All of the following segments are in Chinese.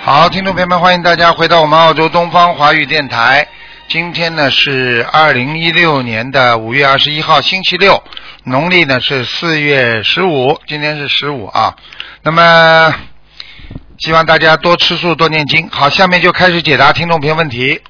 好，听众朋友们，欢迎大家回到我们澳洲东方华语电台。今天呢是二零一六年的五月二十一号，星期六，农历呢是四月十五，今天是十五啊。那么，希望大家多吃素，多念经。好，下面就开始解答听众朋友问题。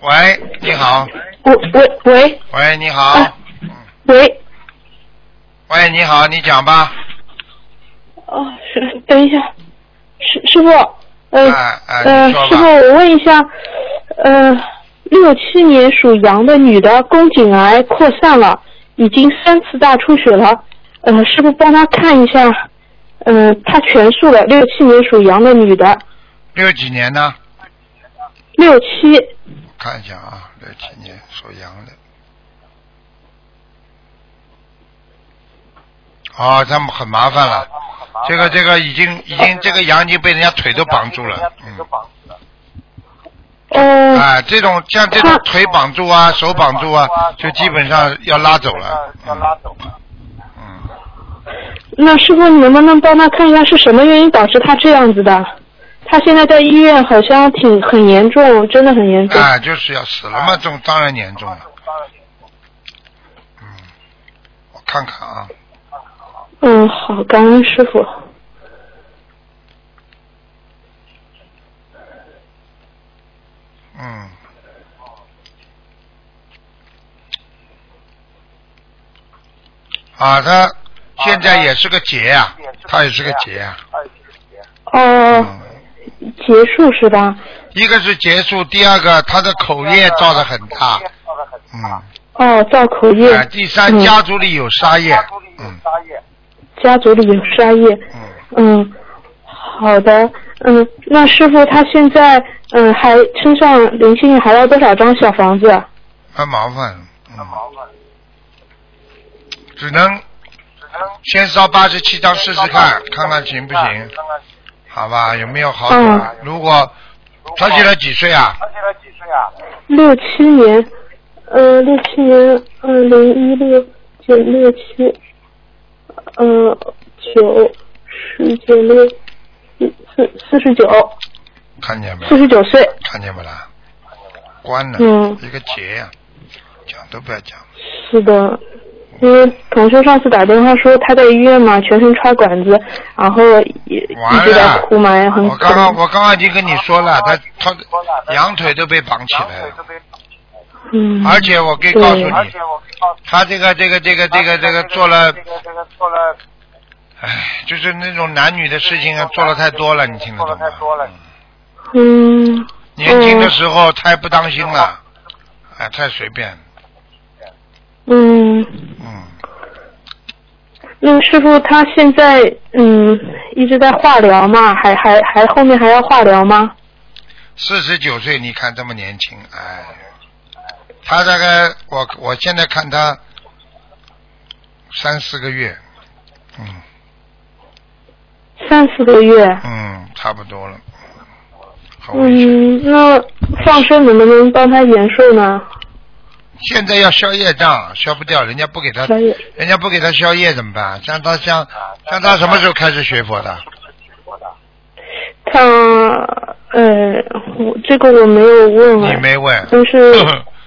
喂，你好，喂喂喂喂，你好，啊喂，喂，你好，你讲吧。哦，是等一下，师师傅，呃、哎哎呃，你说吧师傅，我问一下，呃，六七年属羊的女的宫颈癌扩散了，已经三次大出血了，呃，师傅帮她看一下，呃，她全素了，六七年属羊的女的，六几年呢？六七，看一下啊，六几年属羊的。哦，这么很麻烦了，这个这个已经已经这个羊已经被人家腿都绑住了，嗯，呃，啊，这种像这种他腿绑住啊，手绑住啊，就基本上要拉走了，要拉走了。嗯，那师傅你能不能帮她看一下是什么原因导致她这样子的？她现在在医院好像挺很严重，真的很严重。啊，就是要死了嘛，这种当然严重了，嗯，我看看啊，嗯，好，感恩师傅。嗯，啊，他现在也是个结呀、啊，他也是个结呀、啊哦，嗯，结束是吧？一个是结束，第二个他的口业造的很大，嗯，哦，造口业，啊，第三嗯家族里有杀业，嗯家族里有杀业。嗯，嗯，好的。嗯，那师傅他现在嗯还身上灵性还要多少张小房子？啊很麻烦，嗯，只能先烧八十七张试试看，看看行不行，好吧，有没有好转嗯？如果他现在几岁啊？他现在几岁啊？六七年，呃，六七年，二零一六九六七，呃，九十九六四四十九，看见没有四？十九岁。看见不啦？关了，嗯一个结呀、讲都不要讲。是的，因为同学上次打电话说他在医院嘛，全身插管子，然后也一完直在了，哭嘛，也很我可刚刚怜。我刚刚已经跟你说了，他他羊腿都被绑起来了，嗯，而且我可以告诉对而你且，我告诉他这个这个这个这个这个做了啊这，个这个做了唉，就是那种男女的事情啊，做了太多了，你听得做懂了吗太？多了。嗯，年轻的时候太不当心了，哎，太随便，嗯，嗯，那个师傅他现在嗯一直在化疗嘛，还还还后面还要化疗吗？四十九岁，你看这么年轻，哎，他大概我我现在看他三四个月，嗯三四个月。嗯，差不多了，好危险。嗯，那放生能不能帮他延寿呢？现在要消业障，消不掉，人家不给他，可以。人家不给他消业怎么办？像他像像他什么时候开始学佛的？他呃，我这个我没有问你哎，没问，但是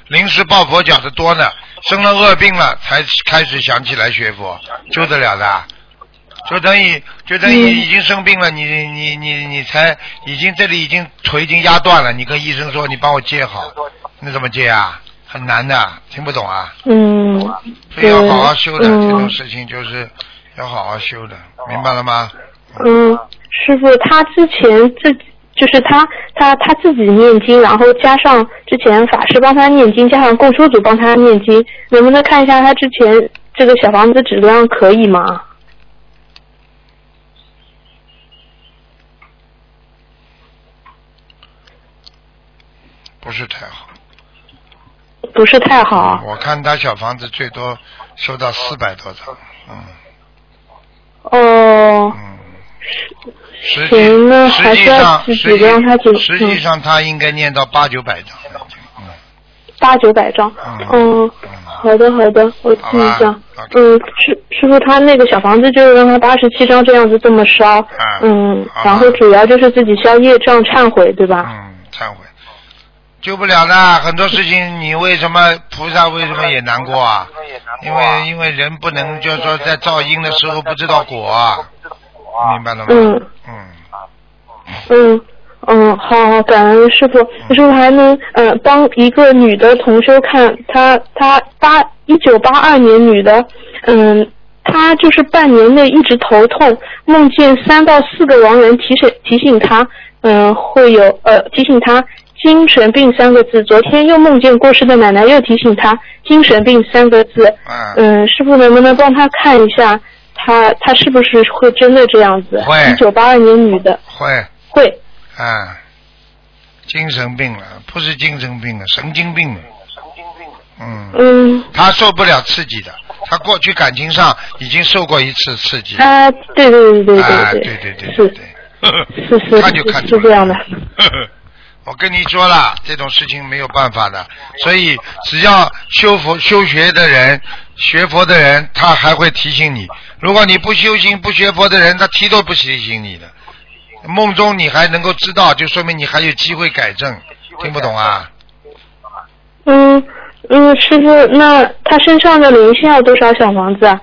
临时抱佛脚的多呢，生了恶病了才开始想起来学佛，救得了的？就等于就等于嗯已经生病了，你你你你才已经这里已经腿已经压断了，你跟医生说你帮我接好，那怎么接啊？很难的，听不懂啊？嗯，所以要好好修的，这种嗯事情就是要好好修的，明白了吗？嗯，师傅，他之前自就是他他他自己念经，然后加上之前法师帮他念经，加上供修组帮他念经，能不能看一下他之前这个小房子质量可以吗？不是太好，不是太好啊。我看他小房子最多收到四百多张，嗯哦，嗯。实际行，那还实际是要上自实己让他际解实际上他应该念到八九百张了已经，嗯，嗯八九百张。嗯嗯，好的好的，我记一好下吧。好嗯，师师傅他那个小房子就是让他八十七张这样子这么烧。嗯，好吧然后主要就是自己消业障忏悔，对吧？嗯，忏悔，救不了的很多事情，你为什么菩萨为什么也难过啊？因为因为人不能就是说在造因的时候不知道果啊，明白了吗？嗯嗯，嗯嗯，好，感恩师傅。师傅还能嗯、呃帮一个女的同修看，她她八一九八二年女的，嗯，她就是半年内一直头痛，梦见三到四个亡人提醒提醒她，嗯、会有呃提醒她。精神病三个字，昨天又梦见过世的奶奶又提醒她精神病三个字。嗯，嗯，师傅能不能帮她看一下，她她是不是会真的这样子？会一九八二年女的，会，会。啊，精神病了，不是精神病了，神经病了，神经病，嗯，嗯，他受不了刺激的，他过去感情上已经受过一次刺激，啊，啊，对对对对对哎对对对是对。 是是看就看是出来是这样的。 我跟你说了，这种事情没有办法的，所以只要修佛修学的人、学佛的人，他还会提醒你。如果你不修行、不学佛的人，他提都不提醒你的。梦中你还能够知道，就说明你还有机会改正。听不懂啊？嗯嗯，师傅，那他身上的灵性要多少小房子啊？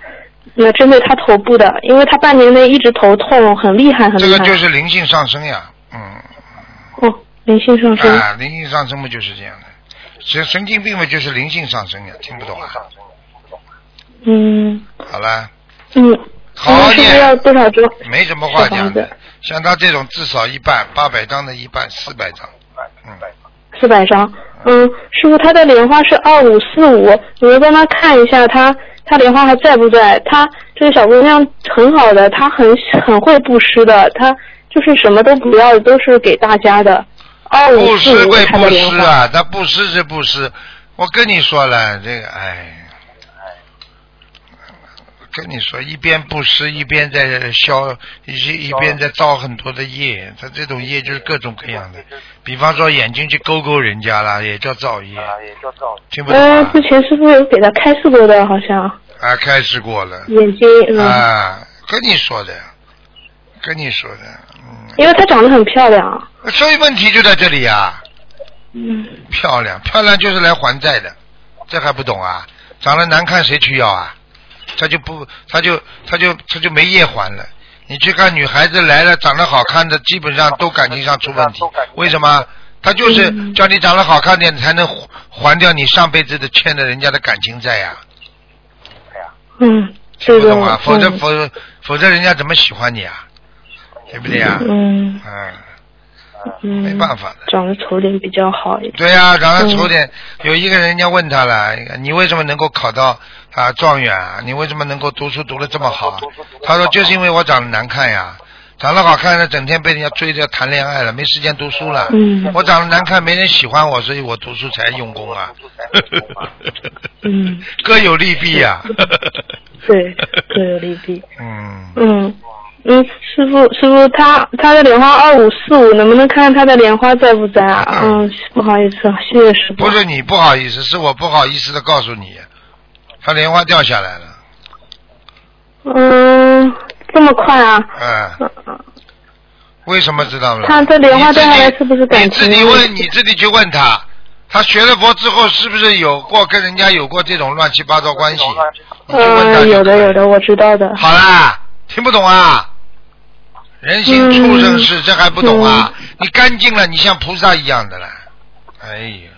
那针对他头部的，因为他半年内一直头痛，很厉害，很这厉害。个就是灵性上升呀，嗯，哦，灵性上升。啊，灵性上升嘛就是这样的，神神经病嘛就是灵性上升呀，听不懂啊？嗯好了，嗯，好好那师念嗯傅要多少张？没什么话小讲房的子，像他这种至少一半，八百张的一半，四百张，嗯，四百张。嗯，师傅，他的莲花是二五四五，你能帮他看一下他他莲花还在不在？他这个小姑娘很好的，她很很会布施的，她就是什么都不要，都是给大家的。二五布施四五，归他布的莲施花。啊，他布施是布施，我跟你说了，这个哎，跟你说，一边布施一边在消，一一边在造很多的业，他这种业就是各种各样啊的，比方说眼睛去勾勾人家啦，也叫造业，啊，也就造听不懂嗯，啊？之前师傅有给他开示过的，好像啊，开始过了，眼睛，嗯，啊，跟你说的，跟你说的，嗯。因为她长得很漂亮，所以问题就在这里啊！嗯，漂亮，漂亮就是来还债的，这还不懂啊？长得难看谁去要啊？他就不，他就他就他就没夜还了。你去看女孩子来了，长得好看的，基本上都感情上嗯出问题。为什么？他就是叫你长得好看点，才能还还掉你上辈子的欠的人家的感情债呀、哎嗯，听对不的，懂啊？否则嗯否则否则人家怎么喜欢你啊？对不对呀、嗯嗯，嗯， 没办法的。长得丑点比较好一点。对呀、然后丑点，有一个人家问他了，你为什么能够考到啊状元啊？你为什么能够读书读得这么好啊？他说就是因为我长得难看呀，长得好看的整天被人家追着谈恋爱了，没时间读书了。嗯 我长得难看，没人喜欢我，所以我读书才用功啊。嗯，各有利弊呀、对，各有利弊。嗯，嗯，嗯，师傅，师傅，他他的莲花二五四五，能不能看看他的莲花在不在啊？嗯，不好意思，啊，谢谢师傅不。是你不好意思，是我不好意思的告诉你，他莲花掉下来了。嗯，这么快啊？嗯，嗯嗯为什么知道吗？看这莲花掉下来是不是感你自情啊己？你自己问问，你自己去问他，他学了佛之后是不是有过跟人家有过这种乱七八糟关系？ 你去问他嗯，就有可的以有。的，我知道的。好啦，听不懂啊？人心畜生事，嗯这还不懂啊？你干净了，你像菩萨一样的了。哎呀，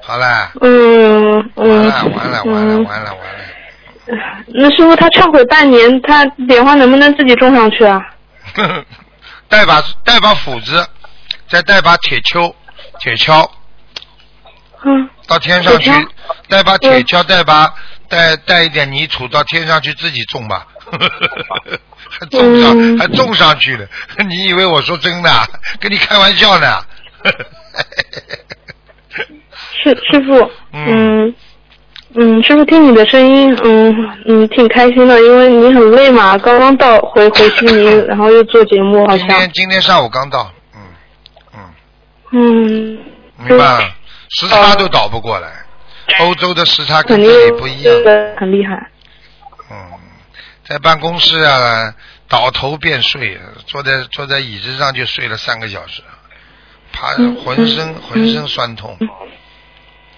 好啦，嗯完嗯了完了完了嗯，完了完了。那师傅他忏悔半年，他莲花能不能自己种上去啊？呵呵 带把带把斧子，再带把铁锹，铁锹嗯到天上去铁锹，带把铁锹，带把带带一点泥土到天上去自己种吧， 还种上、嗯还种上去了， 你以为我说真的啊？跟你开玩笑呢？ 师师傅，嗯嗯嗯，师傅听你的声音，嗯嗯，挺开心的，因为你很累嘛，刚刚到回回悉 尼，然后又做节目，好今像，天今天上午刚到，嗯嗯，嗯，明白了，时差都倒不过来，欧洲的时差哦肯跟定这里不一样。是很厉害。嗯，在办公室啊，倒头便睡，坐在坐在椅子上就睡了三个小时，怕嗯浑身、嗯浑身酸痛。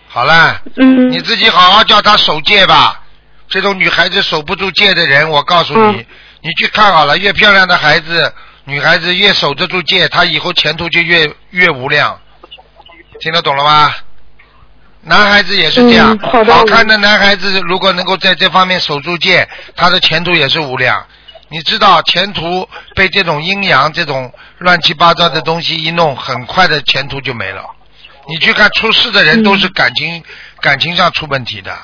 好啦，嗯，你自己好好叫她守戒吧。这种女孩子守不住戒的人，我告诉你，嗯你去看好了，越漂亮的孩子，女孩子越守得住戒，她以后前途就越越无量。听得懂了吗？男孩子也是这样，嗯好的好看的男孩子如果能够在这方面守住戒，他的前途也是无量。你知道，前途被这种阴阳、这种乱七八糟的东西一弄，很快的前途就没了。你去看出事的人，嗯都是感情、感情上出问题的。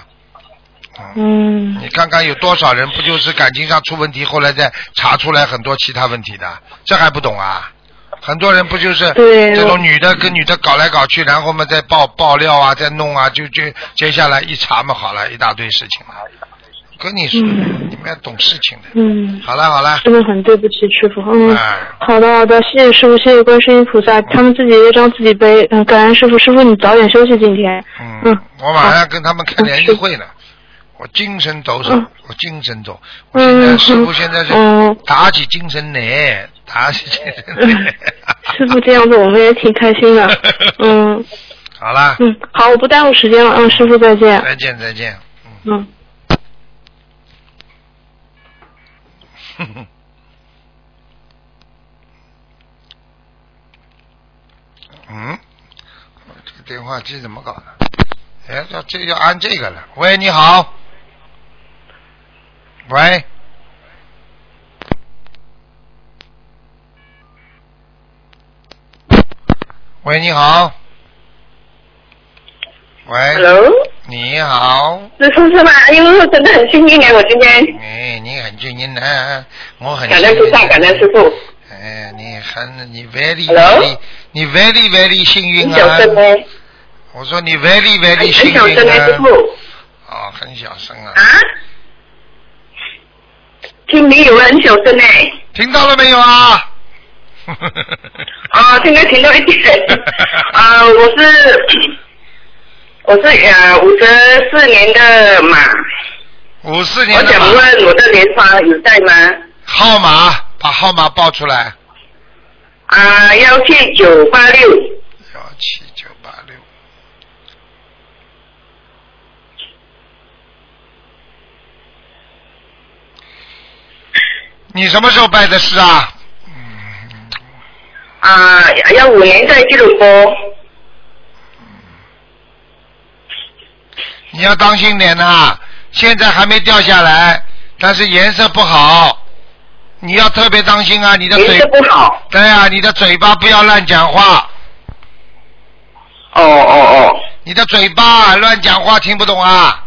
嗯你看看有多少人不就是感情上出问题，后来再查出来很多其他问题的，这还不懂啊？很多人不就是对这我种女的跟女的搞来搞去，然后嘛再爆爆料啊，再弄啊，就就接下来一查嘛，好了一大堆事情了。跟你说，嗯你们要懂事情的。嗯，好了好了，真的很对不起师傅。嗯，哎，好的好的，谢谢师傅，谢谢观世音菩萨，他们自己业障自己背。嗯，感恩师傅，师傅你早点休息今天。嗯嗯，我马上跟他们开联谊会呢。我精神抖擞嗯，我精神抖。我现在嗯，师傅现在是嗯，打起精神来，打起精神来。师傅这样子我们也挺开心的。嗯 好啦，嗯，好，我不耽误时间了。嗯，师傅再见。再见再见。嗯。嗯嗯，我这个电话机怎么搞的？哎，这这要按这个了。喂，你好。喂。喂，你好。喂， Hello，你好。是同事吗？哎呦，真的很幸运哎，我今天哎，你很幸运呢，我很啊感恩菩萨，感恩师傅，哎，你很你 very Hello？ very 你 very very 幸运很小声啊！哎，我说你 very 很 very 幸很小声运哎，师啊！傅哦，很小声啊！啊，听你有很小声哎，听到了没有啊？，啊，现在听到一点 啊，我是我是呃五十四年的马，五四我年的想马问我的莲花有在吗？号码，把号码报出来，啊，幺七九八六，幺七九八六。你什么时候拜的师啊？啊，幺五年在吉隆坡，你要当心点呐、现在还没掉下来，但是颜色不好，你要特别当心啊！你的颜嘴色，不好，对啊，你的嘴巴不要乱讲话，哦哦。哦你的嘴巴乱讲话听不懂啊！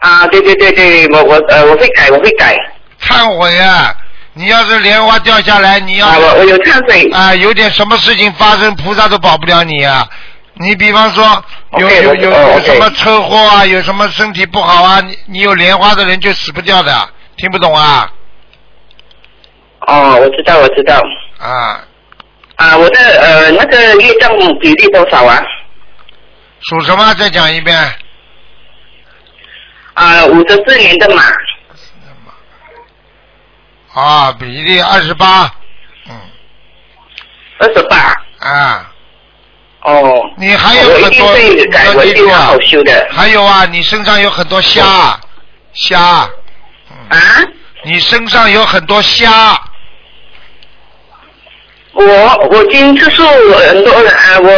啊，对对对对，我我呃我会改我会改忏悔啊！你要是莲花掉下来，你要啊，是我我有忏悔啊、有点什么事情发生，菩萨都保不了你啊！你比方说有 OK，有我有哦有，OK 什么车祸啊，有什么身体不好啊，你你有莲花的人就死不掉的，听不懂啊？哦，我知道我知道啊，啊，我的呃那个业障比例多少啊？属什么？再讲一遍。啊，五十四年的马啊，比例二十八，嗯二十八啊，哦，你还有我一很定多，会你改，要我记一定住要啊好，修的 还有啊，你身上有很多虾，虾，啊。你身上有很多虾， 我我已经吃素很多啊，我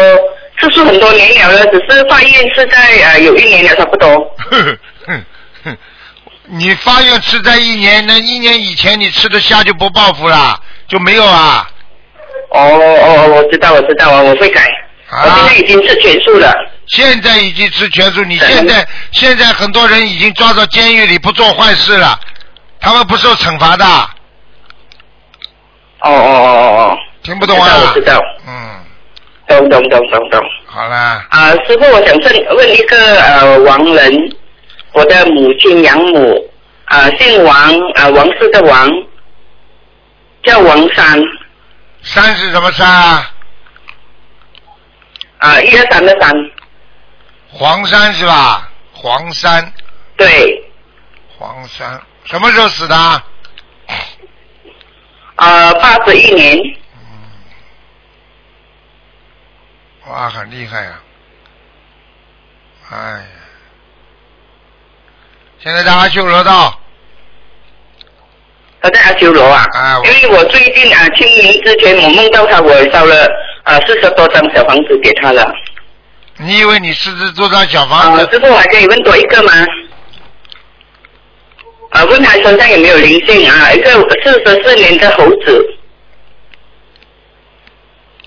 吃素很多年了了，只是发愿是在呃有一年了差不多哦哼哼哼你发愿吃在一年，那一年以前你吃的虾就不报复啦，就没有啊哦哦，我知道我知道啊，我会改，我啊现！在已经是全素了。现在已经吃全素，你现在现在很多人已经抓到监狱里不做坏事了，他们不受惩罚的，哦哦哦哦哦，听不懂啊？知道我知道嗯，懂懂懂懂懂。好啦，啊，师傅，我想问问一个呃王人，我的母亲养母啊、姓王啊、王氏的王，叫王三山是什么山啊？啊一二三的三黄山是吧？黄山，对，黄山，什么时候死的？呃，八十一年，哇，很厉害呀、哎呀，现在在阿修罗道，他在阿修罗啊。啊我因为我最近啊，清明之前我梦到他，我烧了啊四十多张小房子给他了。你以为你狮子座张小啊房，子？师傅还可以问多一个吗？啊，问他身上有没有灵性啊？一个四十四年的猴子，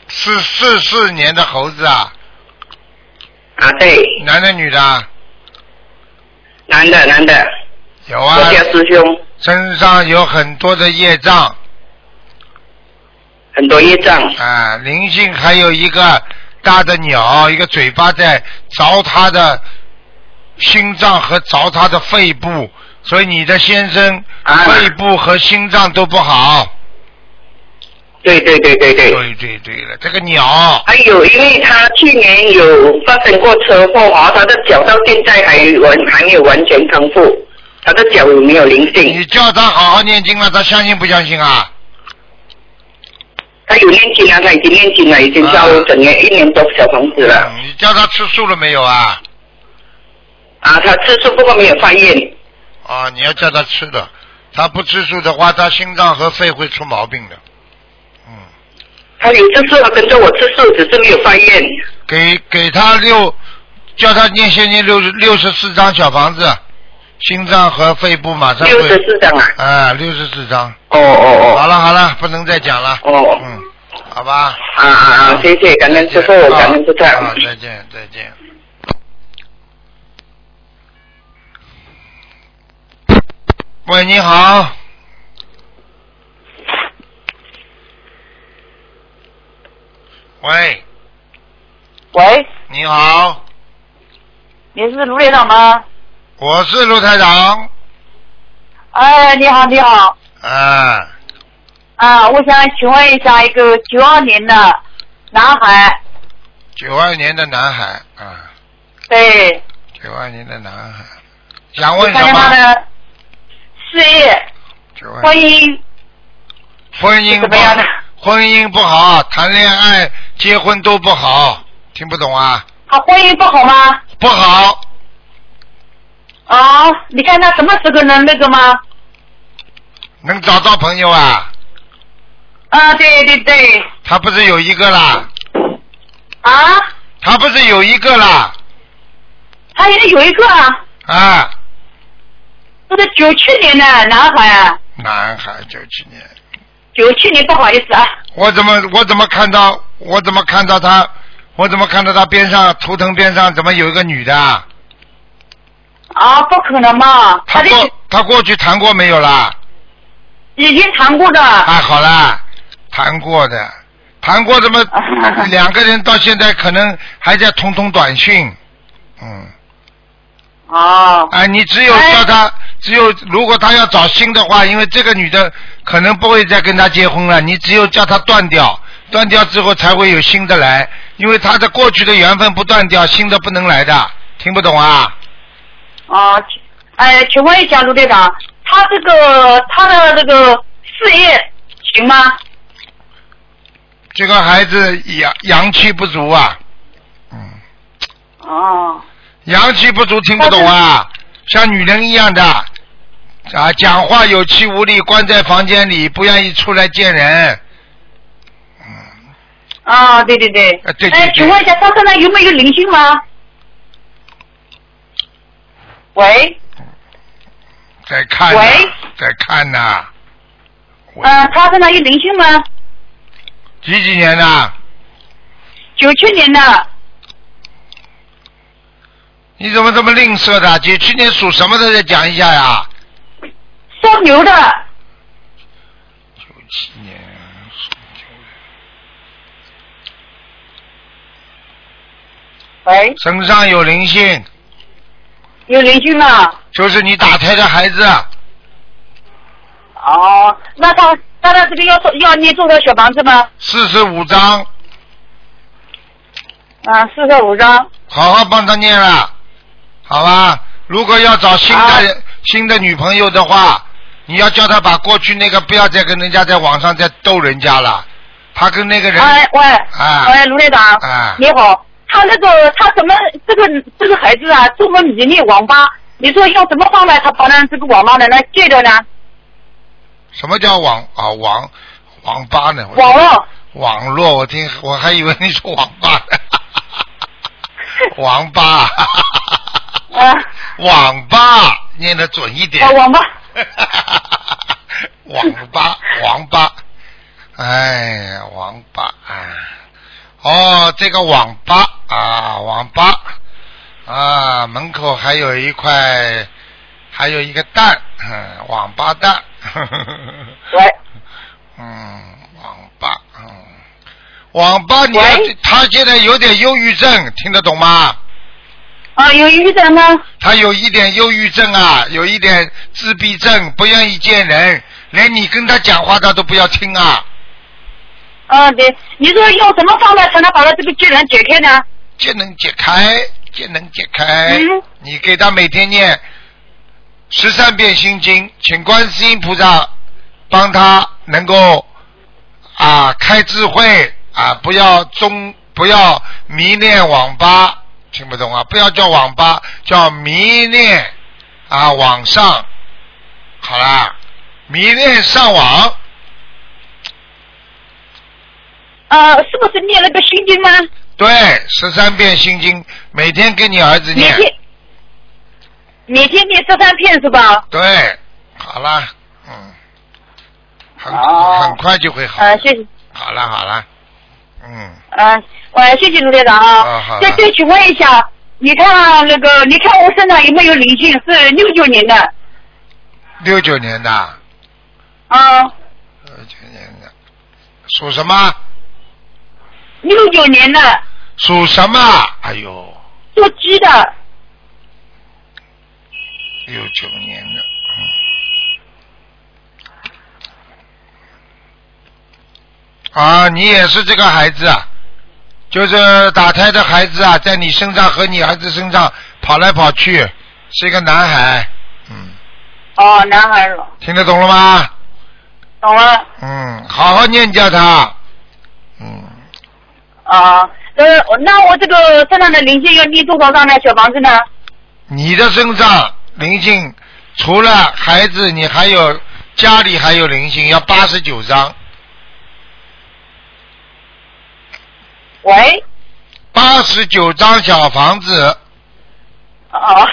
是四四年的猴子啊，啊，对，男的女的啊？男的，男的，有我啊，家师兄身上有很多的业障，很多业障，啊，灵性还有一个大的鸟，一个嘴巴在凿他的心脏和凿他的肺部，所以你的先生啊肺部和心脏都不好。对对对对对。对对对了，这个鸟，还有，因为他去年有发生过车祸啊，他的脚到现在还完还没有完全康复，他的脚有没有灵性你？叫他好好念经了，他相信不相信啊？他有念经啊，他已经念经了，已经啊烧了整年一年多小房子了。嗯你叫他吃素了没有啊？啊，他吃素不过没有发炎。啊，你要叫他吃的，他不吃素的话，他心脏和肺会出毛病的。嗯。他有吃素，他跟着我吃素，只是没有发炎。给给他六，叫他念先念六十六十四张小房子，心脏和肺部马上六十会四张啊！啊，六十四张。哦好哦了好了，不能再讲了。哦嗯，好吧。哦，啊啊啊！谢谢，感恩师傅，再见感恩菩萨。啊，啊再见再见。喂，你好。喂，喂，你好，你是卢连长吗？我是卢台长。哎，你好，你好，啊，啊，我想请问一下，一个九二年的男孩，九二年的男孩啊，对，九二年的男孩，想我问看什见他么？的事业、九二婚姻婚姻是不怎么样的？婚姻不好，谈恋爱、结婚都不好，听不懂啊？他婚姻不好吗？不好，啊，你看他什么时候能那个吗？能找到朋友啊？啊，对对对，他不是有一个啦？啊，他不是有一个啦？他也有一个啊，啊，这是九七年的男孩啊，男孩九七年，九七年不好意思啊，我怎么我怎么看到我怎么看到他我怎么看到他边上图腾边上怎么有一个女的啊？啊，不可能嘛，他这过他过去谈过没有啦？已经谈过的，啊，好啦，谈过的，谈过这么两个人到现在可能还在通通短讯，嗯，哦，啊，你只有叫他，只有如果他要找新的话，因为这个女的可能不会再跟他结婚了，你只有叫他断掉，断掉之后才会有新的来，因为他的过去的缘分不断掉，新的不能来的，听不懂啊？啊，请哎，请问一下卢队长，他这个他的这个事业行吗？这个孩子阳阳气不足啊，嗯。哦，阳气不足，听不懂啊，像女人一样的啊，讲话有气无力，关在房间里，不愿意出来见人。啊，对对对。啊对对哎对，请问一下，他身上有没有灵性吗？喂，在看呐、喂在看呐、喂嗯、他身上有灵性吗？几几年的、九七年的，你怎么这么吝啬的？几七年属什么的？再讲一下呀。属牛的，九七年属牛喂的，，身上有灵性，有灵性吗？就是你打胎的孩子，哦，那他那他这个要做要念多少小房子吗？四十五张，啊，四十五张。好好帮他念了，好吧？如果要找新的、新的女朋友的话，你要叫他把过去那个不要再跟人家在网上再逗人家了，他跟那个人哎喂，啊喂，卢队长，啊你好，他那个他怎么这个这个孩子啊，这么迷恋网吧，你说用什么方法他把那这个网吧的来戒掉呢？什么叫网啊网网吧呢？我网络，网络，我听我还以为你说网 吧呢，网吧，呃，网吧，念的准一点哦，。网吧， 网吧，网吧，哎呀，网吧啊！哦，这个网吧啊，网吧啊，门口还有一块，还有一个蛋，嗯，网吧蛋。 喂，嗯，网吧，嗯，网吧你要喂他现在有点忧郁症，听得懂吗？啊，有抑郁症吗？他有一点忧郁症啊，有一点自闭症，不愿意见人，连你跟他讲话他都不要听啊。啊，对，你说用什么方法才能把他这个技能解开呢？这能解开，这能解开。嗯你给他每天念十三遍心经，请观世音菩萨帮他能够啊开智慧啊，不要中不要迷恋网吧，听不懂啊？不要叫网吧，叫迷恋啊网上，好啦，迷恋上网。呃，是不是念了个心经吗？对，十三遍心经，每天给你儿子每念。天每天念十三片是吧？对，好啦，嗯，很、哦很快就会好，啊，谢谢。好啦好啦，嗯，嗯，呃，谢谢卢队长啊啊好。再的再请问一下，你看那个，你看我身上有没有灵性？是六九年的，六九年的，啊，六九年的，属什么？六九年的，属什么？哎呦，做鸡的，六九年的，嗯，啊，你也是这个孩子啊，就是打胎的孩子啊，在你身上和你儿子身上跑来跑去，是一个男孩，嗯，哦，男孩了，听得懂了吗？懂了，嗯，好好念教他。嗯，啊，呃，那我这个身上的灵性要念多少张呢？小房子呢？你的身上灵性除了孩子，你还有家里还有灵性，要八十九张，喂，八十九张小房子。啊，好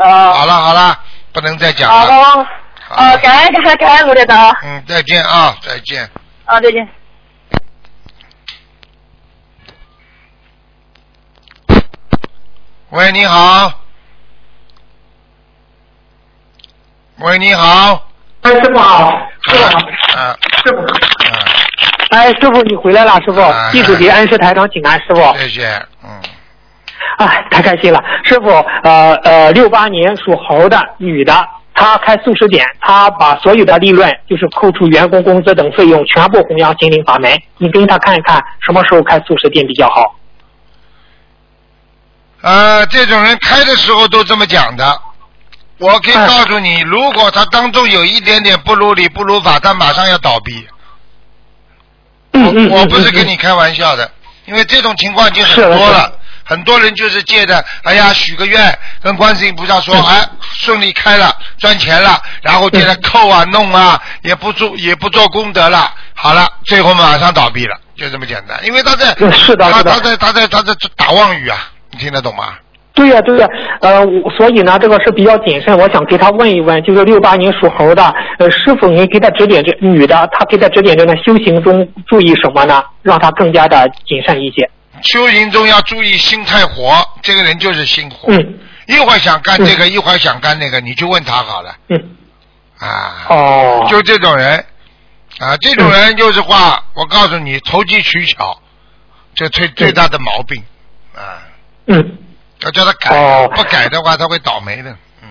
啊，了好了，不能再讲好了。了，好啊，感恩感恩感恩卢队长啊，嗯，再见啊，再见。啊，再见。喂，你好。喂，你好。哎，师傅好，师傅好，啊师傅。啊，哎，师傅你回来了，师傅哎，地主节恩师台长请安，师傅。谢谢。嗯，哎，太开心了，师傅。呃呃，六八年属猴的女的，她开素食店，她把所有的利润，就是扣除员工工资等费用，全部弘扬心灵法门。你跟她看一看，什么时候开素食店比较好？呃，这种人开的时候都这么讲的。我可以哎告诉你，如果他当中有一点点不如理、不如法，他马上要倒闭。嗯我我不是跟你开玩笑的，因为这种情况已经很多是的是了的，很多人就是借着，哎呀，许个愿，跟观世音菩萨说，嗯哎，顺利开了，赚钱了，然后接着扣啊、弄啊，也不做也不做功德了，好了，最后马上倒闭了，就这么简单，因为他在嗯是的他是的他在他在他在打妄语啊，你听得懂吗？对呀、对呀、呃，我所以呢，这个是比较谨慎。我想给他问一问，就是六八年属猴的，呃，师傅您给他指点这女的，她给他指点这呢修行中注意什么呢？让他更加的谨慎一些。修行中要注意心太火，这个人就是心火，嗯一会儿想干这个，一会儿想干那个，你就问他好了嗯，啊。哦，嗯就这种人啊，这种人就是话，我告诉你，投机取巧，这最最大的毛病啊，嗯，要叫他改哦，不改的话他会倒霉的。嗯，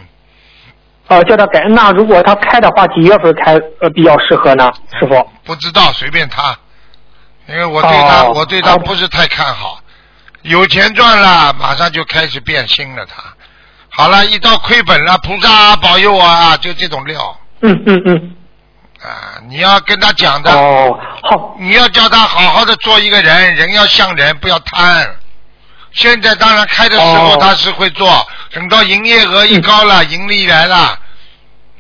哦、叫他改。那如果他开的话，几月份开呃比较适合呢？师傅？不知道随便他，因为我对他哦我对他好的不是太看好，有钱赚了，马上就开始变心了他。好了，一到亏本了，菩萨啊保佑我啊，就这种料嗯嗯嗯。啊！你要跟他讲的，哦，好，你要叫他好好的做一个人，人要像人，不要贪。现在当然开的时候哦嗯他是会做，等到营业额一高了，盈利来了，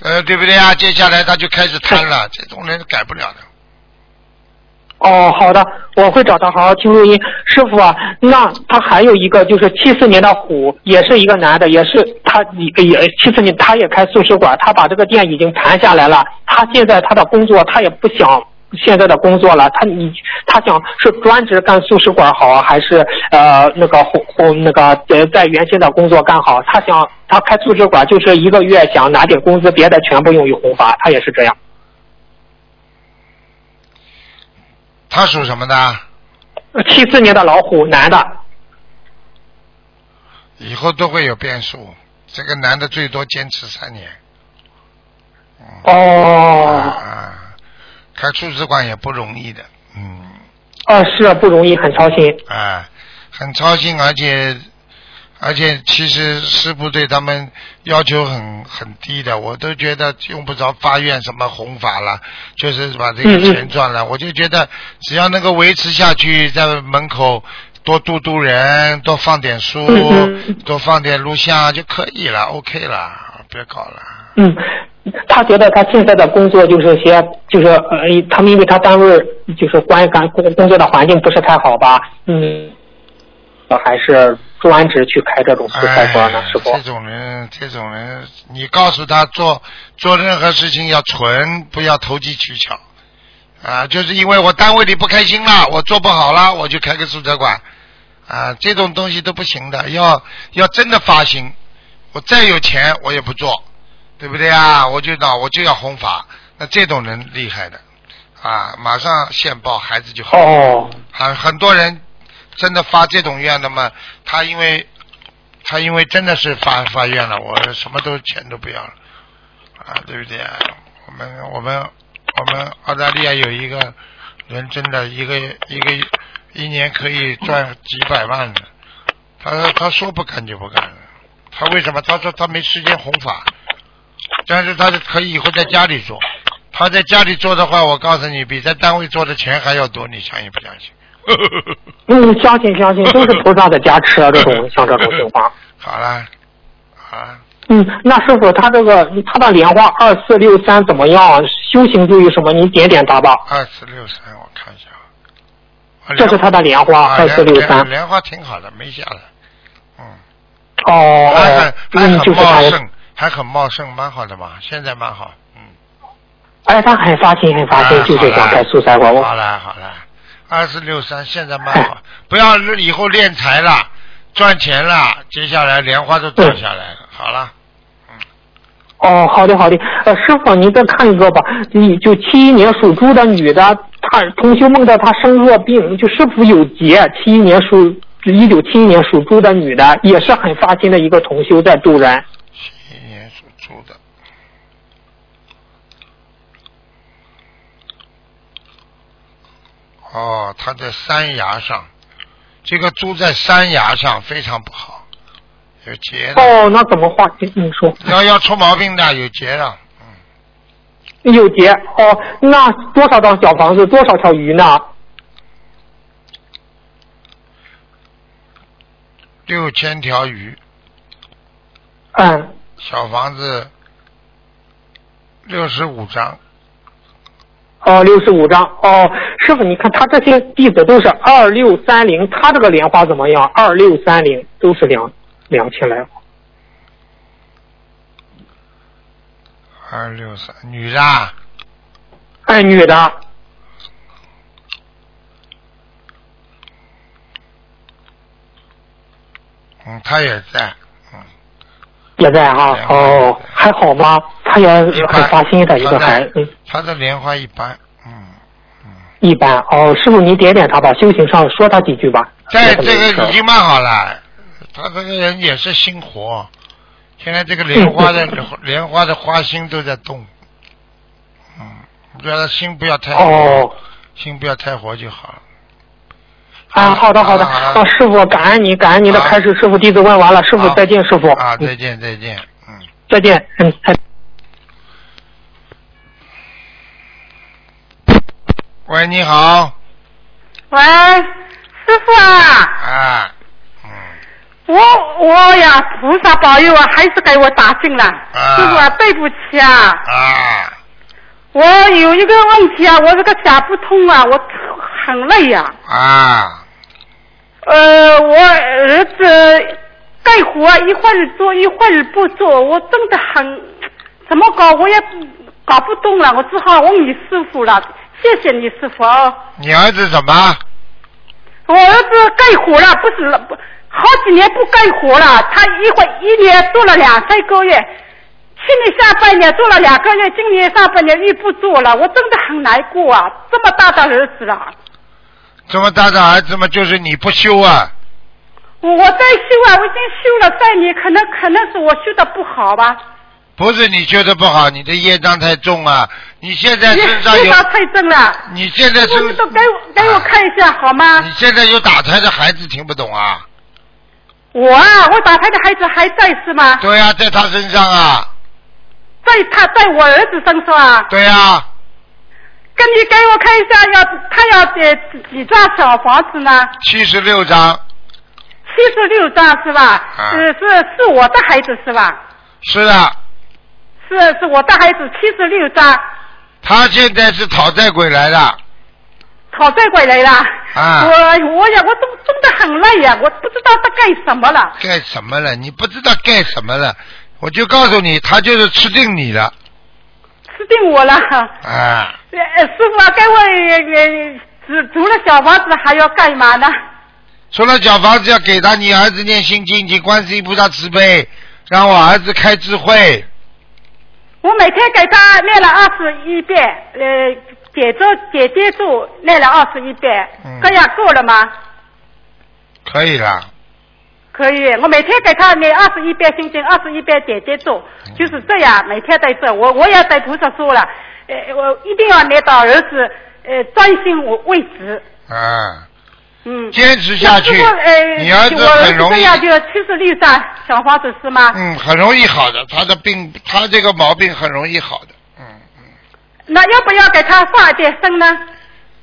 呃，对不对啊？接下来他就开始贪了，这种人改不了的。哦，好的，我会找他好好听录音。师傅啊，那他还有一个就是七四年的虎，也是一个男的，也是他也也七四年他也开素食馆，他把这个店已经盘下来了。他现在他的工作他也不想现在的工作了，他你他想是专职干素食馆好啊，还是呃那个红红那个呃在原先的工作干好？他想他开素食馆就是一个月想拿点工资，别的全部用于红发，他也是这样。他属什么的？七四年的老虎，男的。以后都会有变数。这个男的最多坚持三年。哦。啊，开素食馆也不容易的，嗯，啊，是啊，不容易，很操心。啊，很操心，而且而且其实师傅对他们要求很很低的，我都觉得用不着发愿什么弘法了，就是把这个嗯嗯钱赚了，我就觉得只要能够维持下去，在门口。多度度人，多放点书，嗯嗯多放点录像就可以了，OK 了，别搞了。嗯，他觉得他现在的工作就是些，就是呃，他们因为他单位就是关干工工作的环境不是太好吧，嗯，呃还是专职去开这种素哎菜馆呢，师傅。这种人，这种人，你告诉他做做任何事情要纯，不要投机取巧。啊，就是因为我单位里不开心了，我做不好了，我就开个素菜馆。啊，这种东西都不行的，要要真的发心。我再有钱，我也不做，对不对啊？我就闹，我就要弘法。那这种人厉害的，啊，马上现报，孩子就好。哦，很很多人真的发这种愿的嘛，他因为他因为真的是发发愿了，我什么都钱都不要了啊，对不对啊？我们我们我们澳大利亚有一个人真的一个一个一年可以赚几百万的，他他说不干就不干了，他为什么？他说他没时间弘法，但是他是可以以后在家里做。他在家里做的话，我告诉你，比在单位做的钱还要多，你相信不相信？嗯，相信相信，都是菩萨的加持啊，这种像这种情况。好啦，好啦，嗯，那师傅他这个他的莲花二四六三怎么样？啊修行注意什么？您点点他吧。二四六三，我看一下啊。啊这是他的莲花啊二四六莲三。莲花挺好的，没下来，嗯，哦，还很还嗯，很就是他茂盛，还很茂盛，蛮好的嘛，现在蛮好，嗯。哎，他很发心，很发心，啊就是想开素菜馆。好我了好了，二四六三现在蛮嗯好，不要以后敛财了，赚钱了，接下来莲花都掉嗯下来了。好了，哦，好的好的，呃，师傅您再看一个吧，你就七一年属猪的女的，她同修梦到她生弱病，就是否有劫？七一年属一九七一年属猪的女的，也是很发心的一个同修在度人。七一年属猪的。哦，他在山崖上，这个猪在山崖上非常不好，有劫的，哦，那怎么化解？你说要要出毛病的，有劫的。有劫哦，那多少张小房子，多少条鱼呢？六千条鱼，嗯，小房子六十五张，哦，六十五张哦，师傅，你看他这些弟子都是二六三零，他这个莲花怎么样？二六三零都是两两起来。二六三，女的啊哎，女的，嗯，她也在，嗯，也在哈、对哦，还好吗？她也一很般发心的一个她孩子的，嗯，她的莲花一般，嗯，一般。哦，师傅，你点点她吧，修行上说她几句吧。在这个已经蛮好了，她这个人也是心活，现在这个莲花 的莲花的花心都在动，嗯，不要心不要太活，哦，心不要太活就好了。啊，好的好的，好的啊，师傅，感恩你，感恩您的好开始，师傅弟子问完了，师傅好再见，师傅，啊，嗯再见再见，嗯。再见，嗯，再见喂，你好，喂，师傅啊，啊，嗯，我我呀，菩萨保佑啊，还是给我打进了。啊师傅啊，对不起啊，啊，我有一个问题啊，我这个想不通啊，我很累呀、啊，呃，我儿子干活一会儿做一会儿不做，我真的很怎么搞我也搞不懂了，我只好问你师傅了。谢谢你师傅哦，你儿子怎么？我儿子干活了，不是不好几年不干活了，他一会一年做了两三个月，去年下半年做了两个月，今年上半年又不做了，我真的很难过啊！这么大的儿子啊了。这么大的儿子嘛，就是你不修啊，我在修啊，我已经修了三年，可能可能是我修的不好吧，不是你修的不好，你的业障太重啊，你现在业身上 业有，障太重了。你现在师傅，你身啊都，啊给我给我看一下好吗？你现在有打胎的孩子听不懂啊？我啊，我打胎的孩子还在是吗？对呀、在他身上啊，在他在我儿子身上啊。对呀、跟你给我看一下，要他要呃几几幢小房子呢？七十六章，七十六幢是吧？啊是是是我的孩子是吧？是啊的，是是我的孩子七十六幢，他现在是讨债鬼来的，讨债鬼来了。啊我我也我都真的很累呀、我不知道他干什么了。干什么了？你不知道干什么了，我就告诉你，他就是吃定你了，吃定我了。啊。呃师傅啊，该我呃除除了小房子还要干嘛呢？除了小房子要给他，你儿子念心经，请观世音菩萨慈悲，让我儿子开智慧。我每天给他念了二十一遍，呃，解咒解结咒念了二十一遍嗯，这样够了吗？可以了，可以，我每天给他念二十一遍心经，二十一遍解结咒，就是这样，每天在这，我我也在菩萨说了，呃，我一定要念到儿子呃专心我为止，啊，嗯。坚持下去 那师傅呃，，你儿我子儿很容这易，样就七十六张小房子是吗？嗯，很容易好的，他的病，他这个毛病很容易好的，嗯，那要不要给他放一点生呢？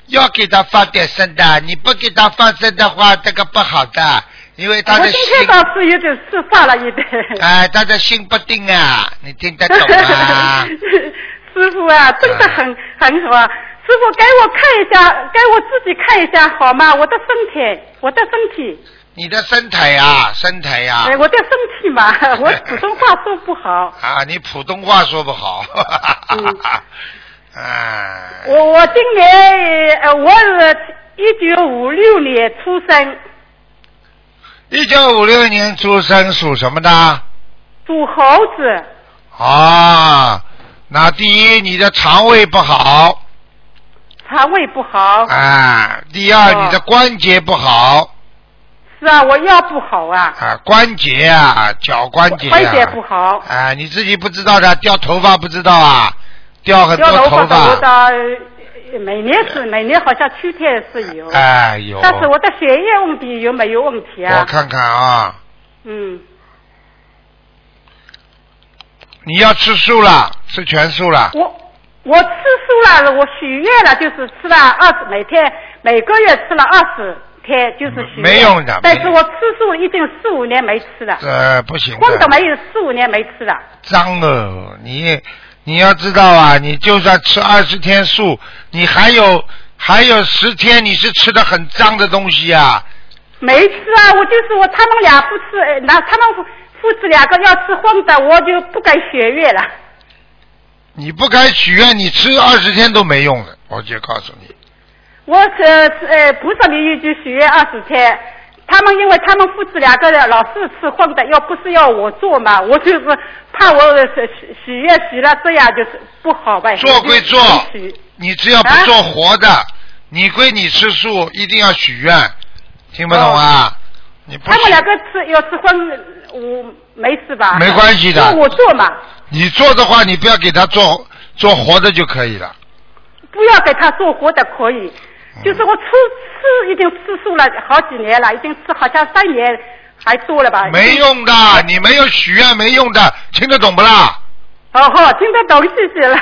要给他放点生的，你不给他放生的话，这个不好的，因为他我的今心，天倒是有点是放了一点。？哎、他的心不定啊，你听得懂吗 师傅啊，真的很、哎很好啊。师傅，给我看一下，给我自己看一下好吗？我的身体，我的身体，你的身体啊，身体啊哎，，我的身体 嘛，我普通话说不好。啊，你普通话说不好，嗯 啊，我我今年呃，我是一九五六年出生，一九五六年出生，属什么的？属猴子。啊，那第一，你的肠胃不好，肠胃不好，啊，第二，哦你的关节不好，是啊，我腰不好啊，啊，关节啊，脚关节、啊，关节不好，啊，你自己不知道的，掉头发不知道啊，掉很多腰头头发发，到呃每年是每年好像秋天是有，哎呦，但是我的血液问题有没有问题我啊？看看啊，嗯，你要吃素了，吃全素了，我我吃素了，我许愿了，就是吃了二十，每天每个月吃了二十天，就是许愿。没用的但是没我吃素已经四五年没吃了，呃，不行的，荤的没有四五年没吃了。脏哦！你你要知道啊，你就算吃二十天素，你还有还有十天你是吃的很脏的东西啊。没吃啊，我就是我，他们俩不吃，呃那他们夫父子两个要吃荤的，我就不敢学月了。你不该许愿，你吃二十天都没用的，我就告诉你。我呃呃，菩萨里有句许愿二十天，他们因为他们父子两个人老是吃荤的，要不是要我做嘛，我就是怕我呃许许愿许了这样就是不好呗。做归做我就许你只要不啊做活的，你归你吃素，一定要许愿，听不懂啊？你不哦他们许两个吃要吃荤，我没事吧？没关系的因为我做嘛，你做的话，你不要给他做做活的就可以了。不要给他做活的可以。就是我吃吃已经吃素了好几年了，已经吃好像三年还多了吧。没用的，你没有许愿没用的，听得懂不啦？哦吼，听得懂，谢谢了。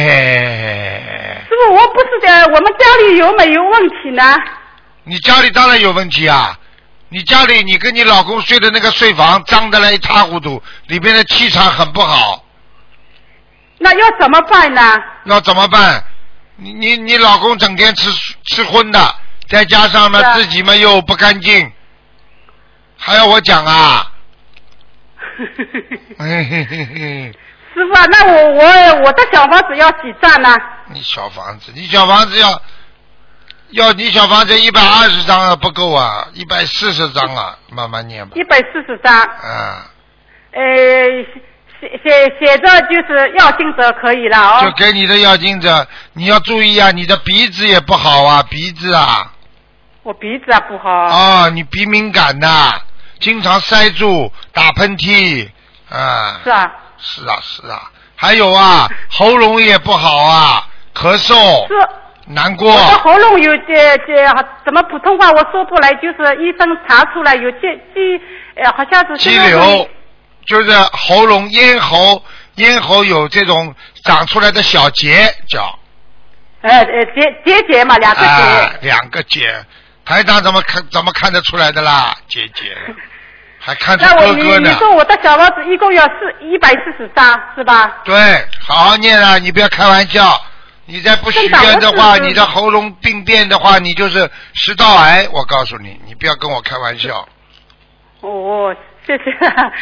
哎，师傅，我不是的，我们家里有没有问题呢？你家里当然有问题啊！你家里你跟你老公睡的那个睡房脏的来一塌糊涂，里边的气场很不好，那要怎么 办呢？那怎么办？你你你老公整天吃吃荤的，再加上是呢啊自己嘛又不干净，还要我讲啊？嘿嘿嘿嘿。师傅啊，那我我我的小房子要几张呢？你小房子，你小房子要要你小房子一百二十张啊不够啊，一百四十张啊，慢慢念吧一。百四十张。啊，呃，写写写着就是要经者可以了就哦。给你的要经者，你要注意啊，你的鼻子也不好啊，鼻子啊，我鼻子啊不好。哦，你鼻敏感呐、经常塞住、打喷嚏啊是，啊，是啊是啊，还有啊，喉咙也不好啊，咳嗽是，啊难我过，的喉咙有这这怎么普通话我说不来，就是医生查出来有结肌，呃，好像是肌瘤，就是喉咙、咽喉、咽喉有这种长出来的小结，叫呃呃结结节嘛，两个啊结。，两个结。台长怎么看怎么看得出来的啦？结 节，还看出那我哥你哥你呢。说我的小房子一共要四一百四十张是吧？对，好好念啊！你不要开玩笑。你再不许愿的话，真的我是你的喉咙病变的话，你就是食道癌。我告诉你，你不要跟我开玩笑。哦，谢谢。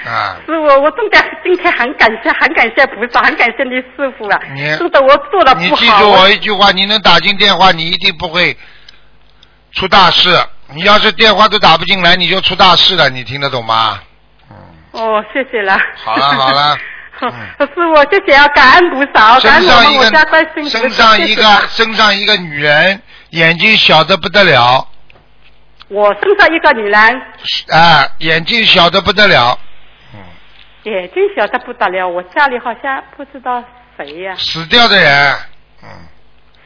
啊 师傅，我真的今天很感谢，很感谢菩萨，很感谢你师傅啊你。真的我做了你不好。啊记住我一句话，你能打进电话，你一定不会出大事。你要是电话都打不进来，你就出大事了。你听得懂吗？哦，谢谢了。好了好 了嗯师傅，谢谢啊，感恩菩萨哦，感身恩我上们一我家观个世音菩萨身上一谢谢个啊身上一个女人，眼睛小的不得了，我身上一个女人，啊，眼睛小的不得了，眼睛小的不得了，我家里好像不知道谁呀、死掉的人，嗯，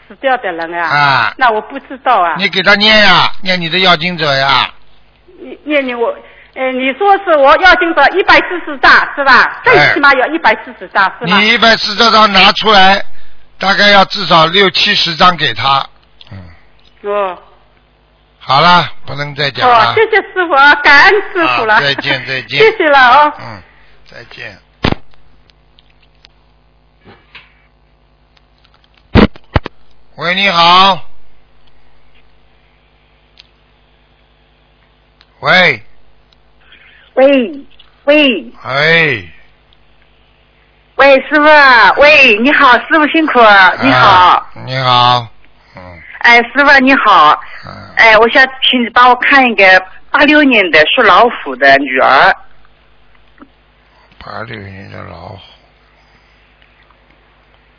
死掉的人啊。啊那我不知道啊。你给他念呀、念你的要经者呀、你你你我，呃，你说是我要经过一百四十张是吧？最哎起码要一百四十张是吧？你一百四十张拿出来，大概要至少六七十张给他。哦，好了，不能再讲了。哦，谢谢师傅啊，感恩师傅了、啊再见再见 谢谢了哦。嗯，再见。喂，你好。喂，喂喂哎，喂，师傅，啊喂，你好，师傅辛苦，你好，啊你好，嗯哎，师傅你好，嗯，哎，我想请你帮我看一个八六年的属老虎的女儿，八六年的老虎，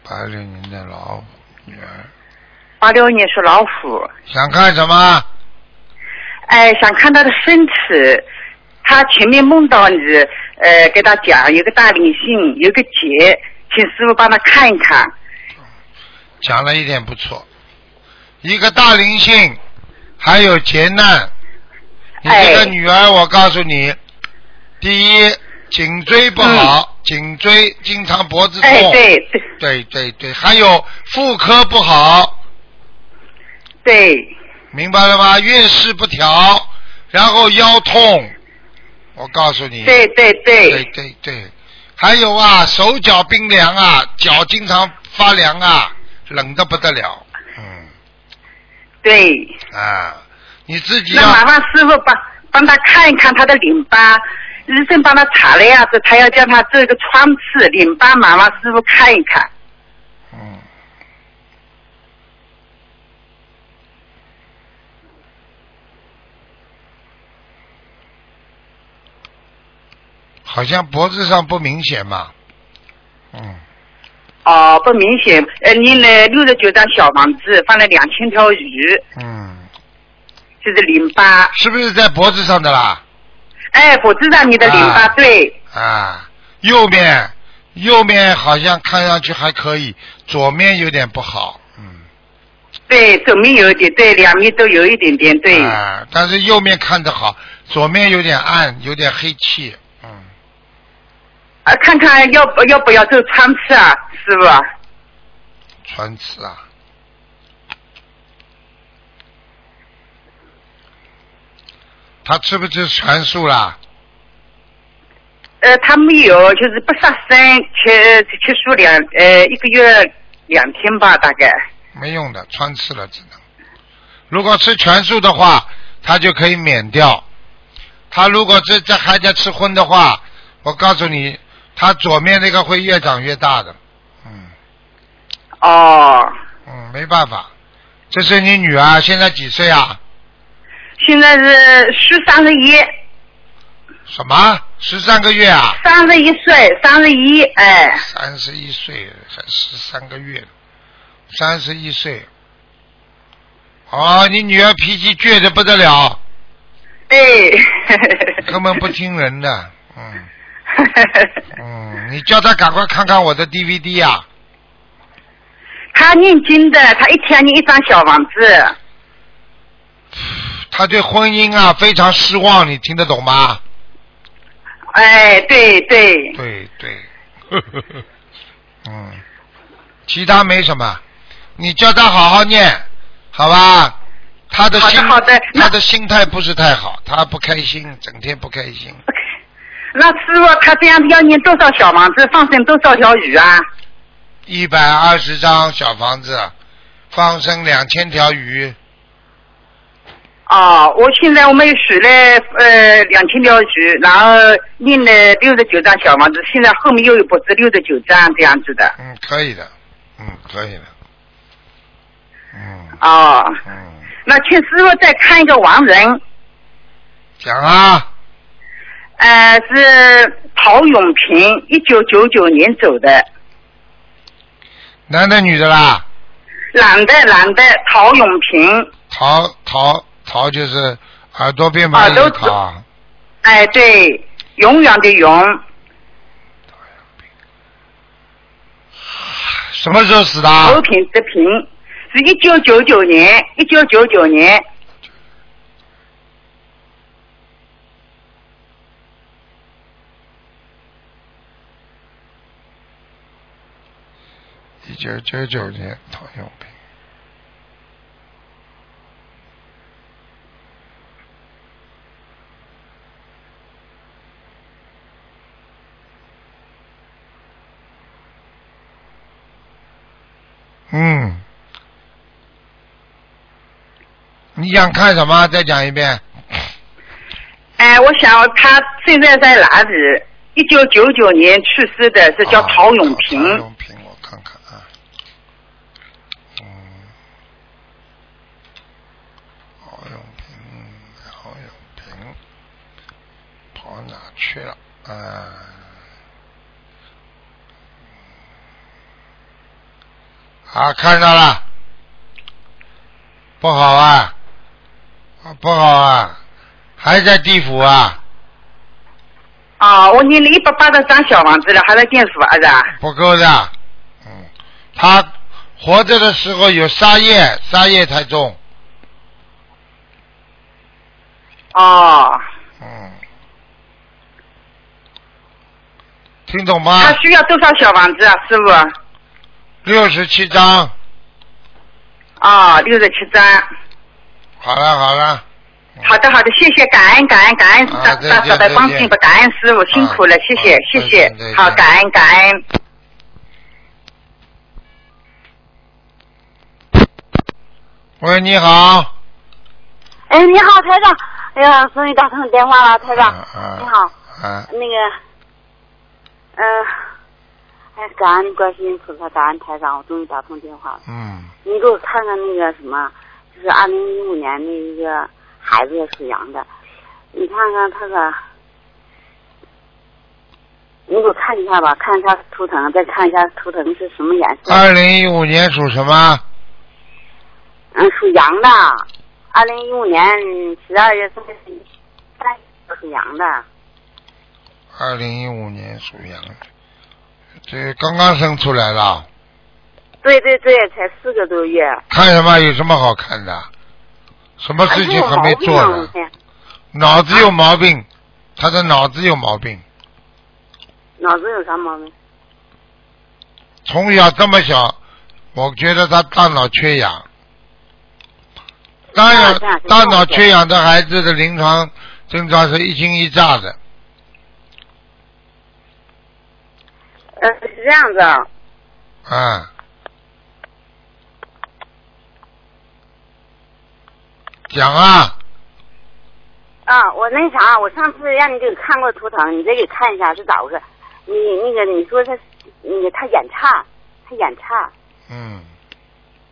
八六年的老虎女儿，八六年属老虎，想看什么？哎，想看她的身体，她前面梦到你，呃，跟她讲有个大灵性，有个结，请师傅帮她看一看，讲了一点不错，一个大灵性，还有劫难。你这个哎女儿，我告诉你，第一颈椎不好，颈椎经常脖子痛，嗯哎，对对对对对还有妇科不好，对，明白了吗？月事不调，然后腰痛，我告诉你，对对嗯对对对还有啊，手脚冰凉啊，脚经常发凉啊，冷的不得了，嗯。对。啊，你自己那麻要烦师傅帮帮他看一看他的淋巴，医生帮他查了呀，这他要叫他做一个穿刺淋巴，麻烦师傅看一看。嗯。好像脖子上不明显嘛，嗯，哦，不明显。呃，你呢六十九张小房子放了两千条鱼，嗯，就是淋巴。是不是在脖子上的啦？哎，我知道你的淋巴，啊对，啊，右面，右面好像看上去还可以，左面有点不好，嗯，对，左面有一点，对，两面都有一点点，对，啊、但是右面看着好，左面有点暗，有点黑气。嗯，啊，看看要不要不要做穿刺啊，师傅啊？穿刺啊。他吃不吃全素啦？呃，他没有，就是不杀生，吃吃素两呃一个月两天吧，大概。没用的，穿刺了只能。如果吃全素的话，他就可以免掉。他如果这这还在吃荤的话，我告诉你，他左面那个会越长越大的。嗯哦，嗯，没办法，这是你女儿现在几岁啊？现在是虚三十一，什么？十三个月啊？三十一岁，三十一，哎，三十一岁还十三个月，三十一岁。哦，你女儿脾气倔得不得了，对。根本 不听人的。嗯嗯，你叫她赶快看看我的 DVD 呀、啊。他念经的，他一天念一张小房子。她对婚姻啊非常失望，你听得懂吗？哎，对对，对对。 嗯，其他没什么，你叫她好好念，好吧？她的好的心，好的那她的心态不是太好，她不开心，整天不开心。那师傅他这样要念多少小房子，放生多少条鱼啊？一百二十张小房子，放生两千条鱼，哦，我现在我们水了呃两千条鱼，然后念了六十九张小房子，现在后面又有不是六十九张这样子的。嗯，可以的，嗯，可以的，嗯哦，嗯，那请师傅再看一个亡人，讲啊，呃，是陶永平，一九九九年走的，男的女的啦？男的男的，陶永平，桃桃桃就是耳朵变白耳朵的桃，哎，对，永远的永，什么时候死的啊？和平的平，是一九九九年，一九九九年，一九九九年糖尿病。嗯，你想看什么？再讲一遍。哎，我想他现在在哪里？一九九九年去世的是叫啊陶永平，陶永平，我看看啊。嗯，陶永平，陶永平，跑哪去了？啊。嗯啊，看到了，不好啊，啊不好啊，还在地府啊，啊，我念了一百八十张小房子了，还在念佛啊？是吧不够的。嗯，他活着的时候有杀业，杀业太重。哦，嗯，听懂吗他？需要多少小房子啊，师傅？六十七章，啊，六十七张。哦好了好了，好的，好的，谢谢，感恩，感恩，感恩，啊大再见大嫂的帮再见助，感恩师傅辛苦了啊，谢谢啊，谢再谢见再，见好，感恩，感恩。喂，你好。哎，你好，台长。哎呀，终于打通电话了，台长。啊你好，啊，那个，嗯、哎，感恩观世音菩萨，感恩台长，我终于打通电话了。嗯，你给我看看那个什么，就是二零一五年的一个孩子属羊的，你看看他个，你给我看一下吧，看一下图腾，再看一下图腾是什么颜色。二零一五年属什么？嗯，属羊的，二零一五年十二月三十一，三属羊的。二零一五年属羊，这刚刚生出来了。对对对，才四个多月，看什么？有什么好看的？什么事情还没做还是有毛呢？病啊脑子有毛病，他的脑子有毛病，脑子有啥毛病？从小这么小，我觉得他大脑缺氧。大脑这样这样大脑缺氧的孩子的临床症状是一惊一乍的，呃，是这样子啊，啊、讲啊，啊，我那啥，我上次让你给看过图腾，你再给看一下是咋回事？你那个你说他，那个他眼差，他眼差，嗯，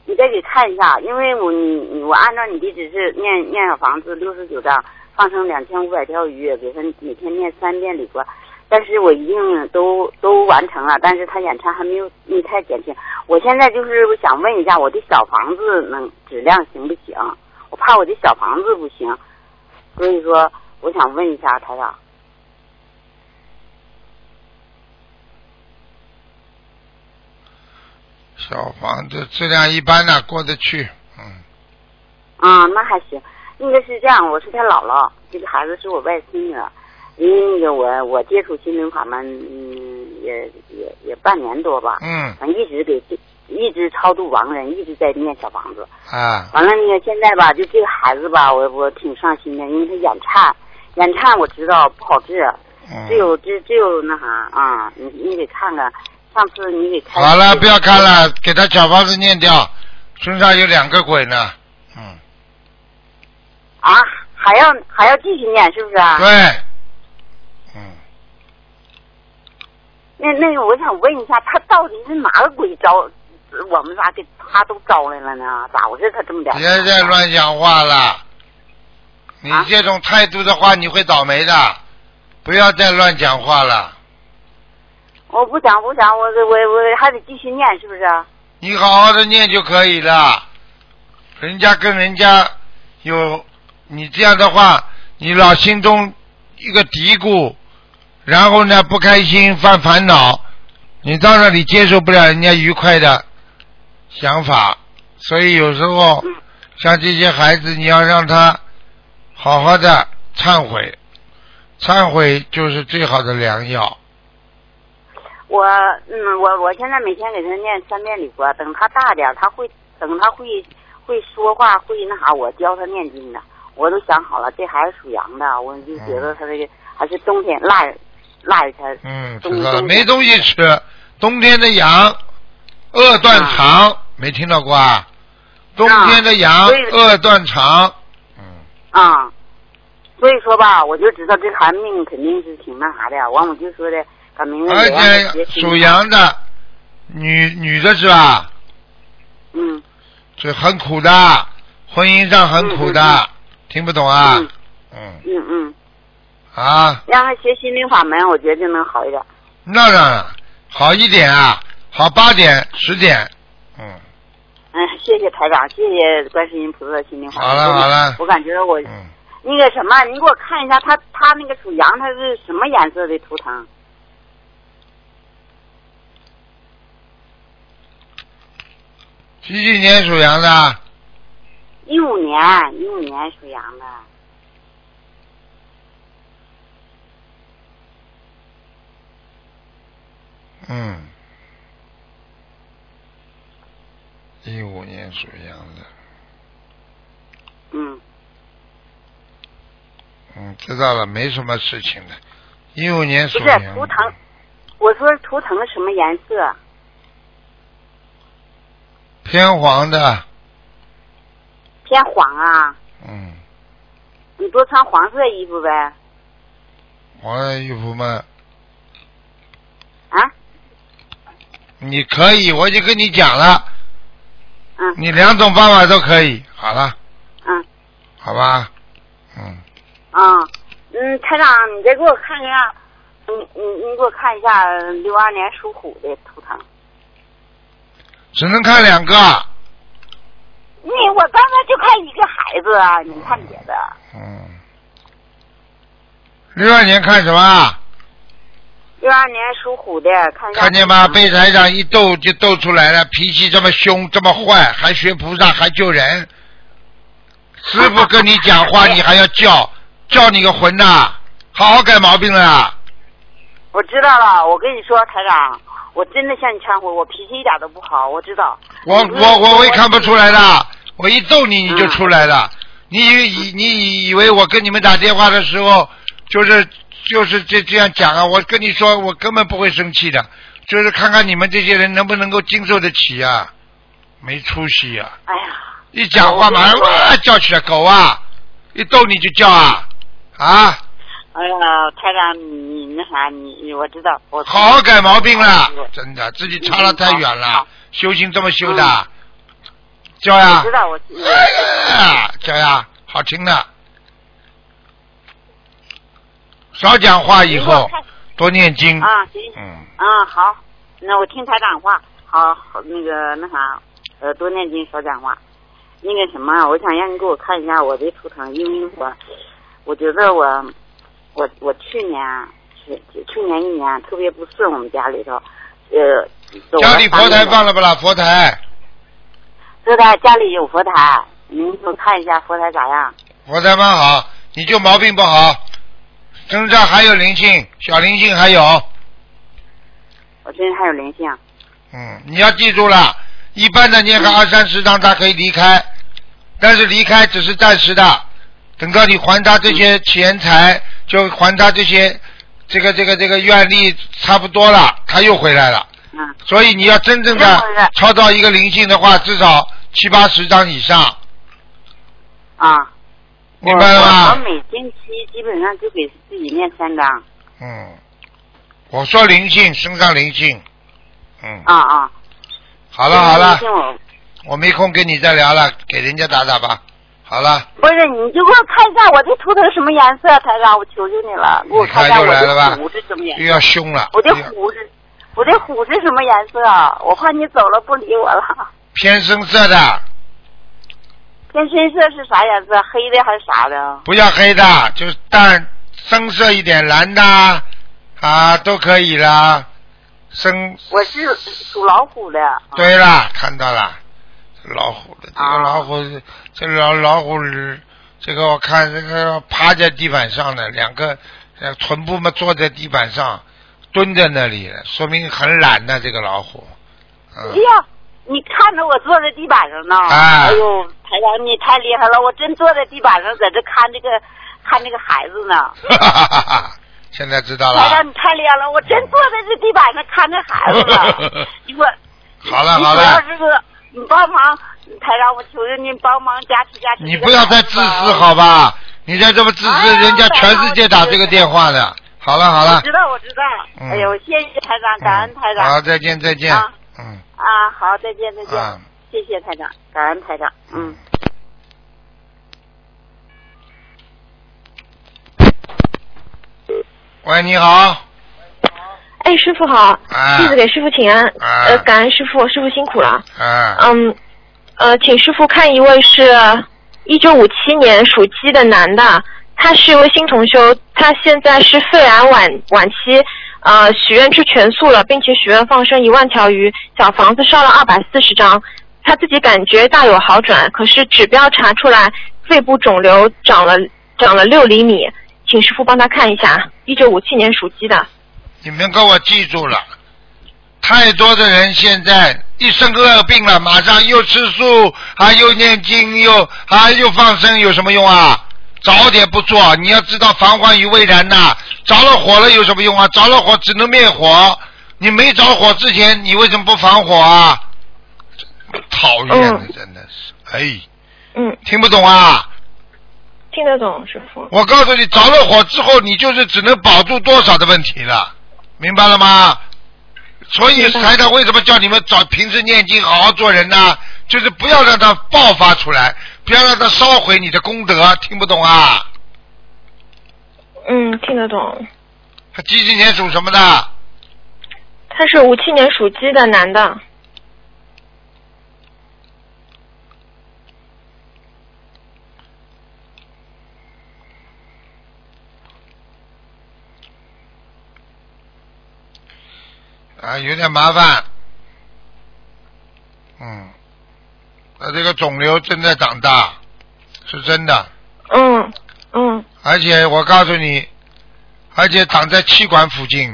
你再给看一下，因为我你你我按照你的指示念念小房子六十九章，放生两千五百条鱼，给他每天念三遍礼佛，但是我一定都都完成了，但是他眼馋还没有没太减轻。我现在就是想问一下，我的小房子能质量行不行？我怕我的小房子不行，所以说我想问一下台长。小房子质量一般呐、过得去，嗯。啊，那还行。那个是这样，我是他姥姥，这个孩子是我外孙女儿。因为那个我我接触心灵法门，嗯，也也也半年多吧，嗯反正一直给一直超度亡人，一直在念小房子。啊，完了那个现在吧，就这个孩子吧，我我挺上心的，因为他眼颤，眼颤我知道不好治，只嗯，有只只有那啥啊，你你得看看，上次你给开好了，不要看了，给他小房子念掉，身上有两个鬼呢，嗯，啊，还要还要继续念是不是啊？对，嗯，那那个，我想问一下，他到底是哪个鬼招我们咋给他都招来了呢？咋回事？他这么点儿啊别再乱讲话了，你这种态度的话，你会倒霉的，不要再乱讲话了，我不想不想，我我我还得继续念，是不是？你好好的念就可以了，人家跟人家有，你这样的话，你老心中一个嘀咕，然后呢不开心犯烦恼，你到那里接受不了人家愉快的想法，所以有时候像这些孩子，你要让他好好的忏悔，忏悔就是最好的良药。我嗯，我我现在每天给他念三遍礼佛，等他大点儿，他会等他会会说话，会那啥，我教他念经的。我都想好了，这孩子属羊的，我就觉得他这个还是冬天腊腊月才嗯，冬知道了，冬没东西吃。冬天的羊，饿断肠，没听到过啊？冬天的羊，所以饿断肠。嗯，啊、所以说吧，我就知道这孩子命肯定是挺那啥的。完，我就说的，赶明白。而且啊属，羊的，女女的是吧？嗯，这很苦的，婚姻上很苦的，嗯嗯听不懂啊？嗯嗯嗯嗯，啊，让他学心灵法门，我觉得能好一点。那当然好一点啊，好八点十点。嗯，嗯，谢谢台长，谢谢观世音菩萨心灵法门。好了好了我感觉我、嗯，那个什么，你给我看一下，他他那个属羊，他是什么颜色的图腾？几几年属羊的？一五年，一五年属羊的。嗯，一五年属羊的，嗯，嗯，知道了，没什么事情的。一五年属不是羊的图腾，我说图腾什么颜色？偏黄的，偏黄啊，嗯，你多穿黄色衣服呗。黄的衣服嘛，啊，你可以，我就跟你讲了，嗯你两种方法都可以。好了，嗯。好吧，嗯，啊，嗯，台长，你再给我看一下，你你你给我看一下六二年属虎的图腾。只能看两个，你我刚才就看一个孩子啊，你看别的。嗯。六二年看什么啊？六二年属虎的，看一下。看见吗？被台长一斗就斗出来了，脾气这么凶，这么坏，还学菩萨，还救人。师傅跟你讲 话，你还要叫，叫你个魂呐、好好改毛病啦！我知道了，我跟你说，台长，我真的向你忏悔，我脾气一点都不好，我知道。我你不是我我会说看不出来的，我一揍你你就出来了。你以为你以为我跟你们打电话的时候，就是就是这这样讲啊？我跟你说，我根本不会生气的，就是看看你们这些人能不能够经受得起啊！没出息啊！哎呀，一讲话马上哇叫起来，狗啊！一逗你就叫啊啊！哎呀，台长，你你那啥，你你我知道，我好好改毛病啦！真的，自己差了太远了，修行这么修的，叫呀！我知道，我啊，小呀，好听的，少讲话，啊以后多念经。啊，行，嗯，啊好，那我听台长话，好，好那个那啥，呃，多念经，少讲话。那个什么，啊我想让你给我看一下我的图腾，因为我我觉得我我我去年啊去去年一年啊特别不顺，我们家里头，呃，走了家里佛台三个人放了不啦？佛台，是的，家里有佛台，您给我看一下佛台咋样？佛台放好，你就毛病不好，身上还有灵性，小灵性还有。我这还有灵性。嗯，你要记住了，一般的念个嗯二三十章，他可以离开，但是离开只是暂时的，等到你还他这嗯些钱财，就还他这些这个这个这个愿力差不多了，他又回来了。嗯，所以你要真正这的么回事超到一个灵性的话，至少七八十张以上，啊，明白了我吗？每星期基本上就给自己念三张。嗯，我说灵性，身上灵性。嗯，啊啊，好了好了听，我，我没空跟你再聊了，给人家打打吧。好了，不是，你就给我看一下我这图腾什么颜色，台长，我求求你了，给我一下你我看又来了吧这虎是什么颜又要凶了。我这又要虎是，我这虎是什么颜色？我怕你走了不理我了。 偏深色的，偏深色是啥颜色？黑的还是啥的？不要黑的，就是淡深色一点，蓝的啊啊都可以啦。深，我是属老虎的。对啦，看到啦，老虎的这个啊老虎，这老老虎，这个我看这个趴在地板上的，两个呃臀部嘛坐在地板上，蹲在那里，说明很懒的这个老虎。哎嗯，呀，你看着我坐在地板上呢。啊哎呦，台长你太厉害了，我真坐在地板上，在这看这个看这个孩子呢。哈哈哈哈，啊 现在知道台了长。你太厉害了，我真坐在这地板上看这孩子 呢。你说，好了你好主要了，是说你帮忙，台长我求求您帮忙加持加持。你不要再自啊私。好吧？你再这么自私，哎呀人家全世界打这个电话的。好了好我了知，道我知道，嗯哎呦，谢谢台长，感恩台嗯好，长再见再见啊，嗯啊，好，再见再见，啊，谢谢台长，感恩台长，嗯。喂，你好，哎，师傅好，啊弟子给师傅请安，啊呃，感恩师傅，师傅辛苦了。啊，嗯，呃，请师傅看一位是一九五七年属鸡的男的，他是一位新同修，他现在是肺癌晚晚期，呃，许愿吃全素了，并且许愿放生一万条鱼，小房子烧了二百四十张，他自己感觉大有好转，可是指标查出来肺部肿瘤长了长了六厘米，请师傅帮他看一下，一九五七年属鸡的，你们给我记住了，太多的人现在一生恶病了，马上又吃素，还又念经，又还又放生，有什么用啊？早点不做，你要知道防患于未然呐、着了火了有什么用啊？着了火只能灭火，你没着火之前，你为什么不防火啊？讨厌的，真的是，哎，嗯，听不懂啊？听得懂师傅。我告诉你，着了火之后，你就是只能保住多少的问题了，明白了吗？所以台长为什么叫你们找平时念经好好做人呢、就是不要让它爆发出来，不要让它烧毁你的功德，听不懂啊？嗯，听得懂。他几几年属什么的？啊他是五七年属鸡的男的，啊，有点麻烦。嗯，他这个肿瘤正在长大，是真的。嗯嗯，而且我告诉你，而且长在气管附近，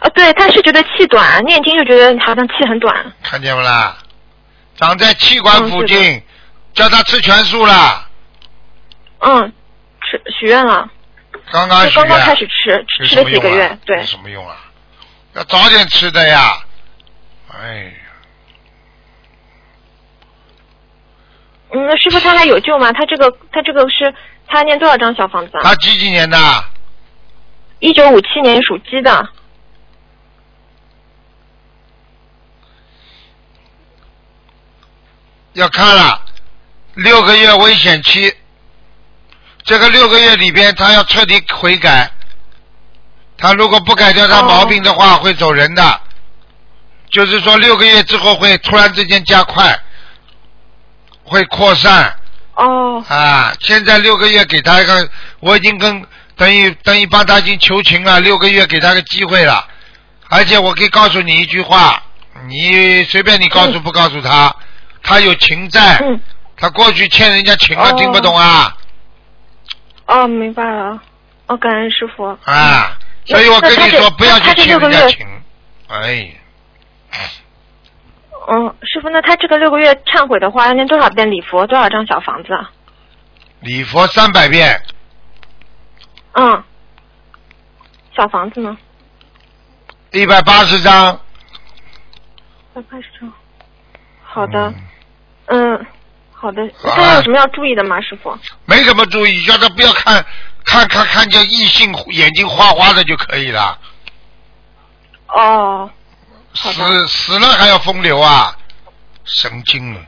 啊，对，他是觉得气短，念经就觉得好像气很短。看见不啦？长在气管附嗯近，叫他吃全素啦。嗯，吃许愿了，刚刚就许刚愿，刚开始吃，有吃吃什了么几个用啊月，对有，什么用啊？要早点吃的呀。哎呀，嗯，那师傅他还有救吗？他这个他这个是他念多少张小房子啊？他几几年的？一九五七年属鸡的，要看了，六个月危险期，这个六个月里边他要彻底悔改，他如果不改掉他毛病的话，会走人的。就是说六个月之后会突然之间加快，会扩散哦，啊！现在六个月给他一个，我已经跟等于等于帮他已经求情了，六个月给他个机会了，而且我可以告诉你一句话，你随便你告诉不告诉他，他有情债，嗯，他过去欠人家情了，哦听不懂啊哦，明白了，哦，感恩师傅，啊！所以我跟嗯那你他这说，不要去那他这欠六个人家月情。哎，嗯，师傅，那他这个六个月忏悔的话，要念多少遍礼佛，多少张小房子啊？礼佛三百遍，嗯，小房子呢？一百八十张。大概是这样。好的，嗯嗯，好的。好那啊他有什么要注意的吗，师傅？没什么注意，叫他不要看，看看看见异性眼睛花花的就可以了。哦，好的死死了还要风流啊，神经啊了。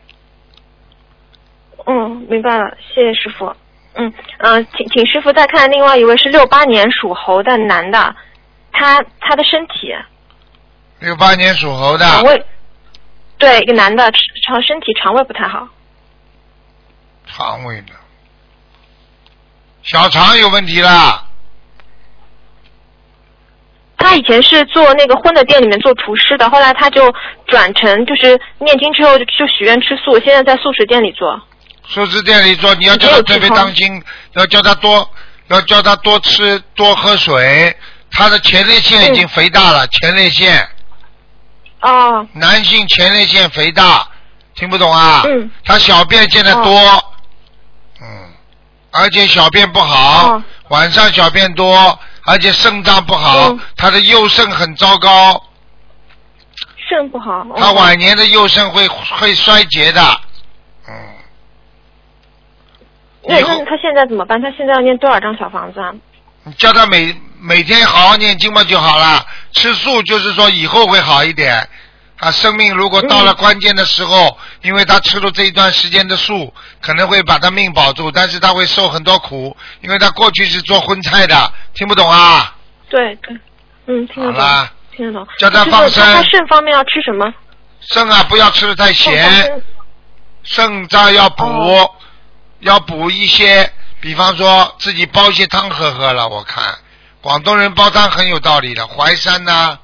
嗯，明白了，谢谢师傅。嗯嗯、呃请请师傅再看另外一位是六八年属猴的男的，他他的身体，六八年属猴的，肠胃，对，一个男的肠身体肠胃不太好，肠胃的，小肠有问题啦。他以前是做那个荤的店里面做厨师的，后来他就转成就是念经之后就就许愿吃素，现在在素食店里做。素食店里说你要叫他特别当心，要叫他多，要叫他多吃多喝水。他的前列腺已经肥大了，前列腺，哦，男性前列腺肥大，听不懂啊？嗯。啊他小便现在多，嗯，而且小便不好，哦晚上小便多，而且肾脏不好，嗯他的右肾很糟糕，肾不好。他哦晚年的右肾会会衰竭的，嗯。那以后那他现在怎么办？他现在要念多少张小房子啊？你叫他每每天好好念经嘛就好了。吃素就是说以后会好一点。啊，生命如果到了关键的时候，因为他吃了这一段时间的素，可能会把他命保住，但是他会受很多苦，因为他过去是做荤菜的，听不懂啊？对对，嗯，听好得懂，啦，听得懂。叫他放师傅他他生肾方面要吃什么？肾啊不要吃的太放放咸生，肾脏要补，哦要补一些，比方说自己煲一些汤喝喝了。我看广东人煲汤很有道理的，淮山呐、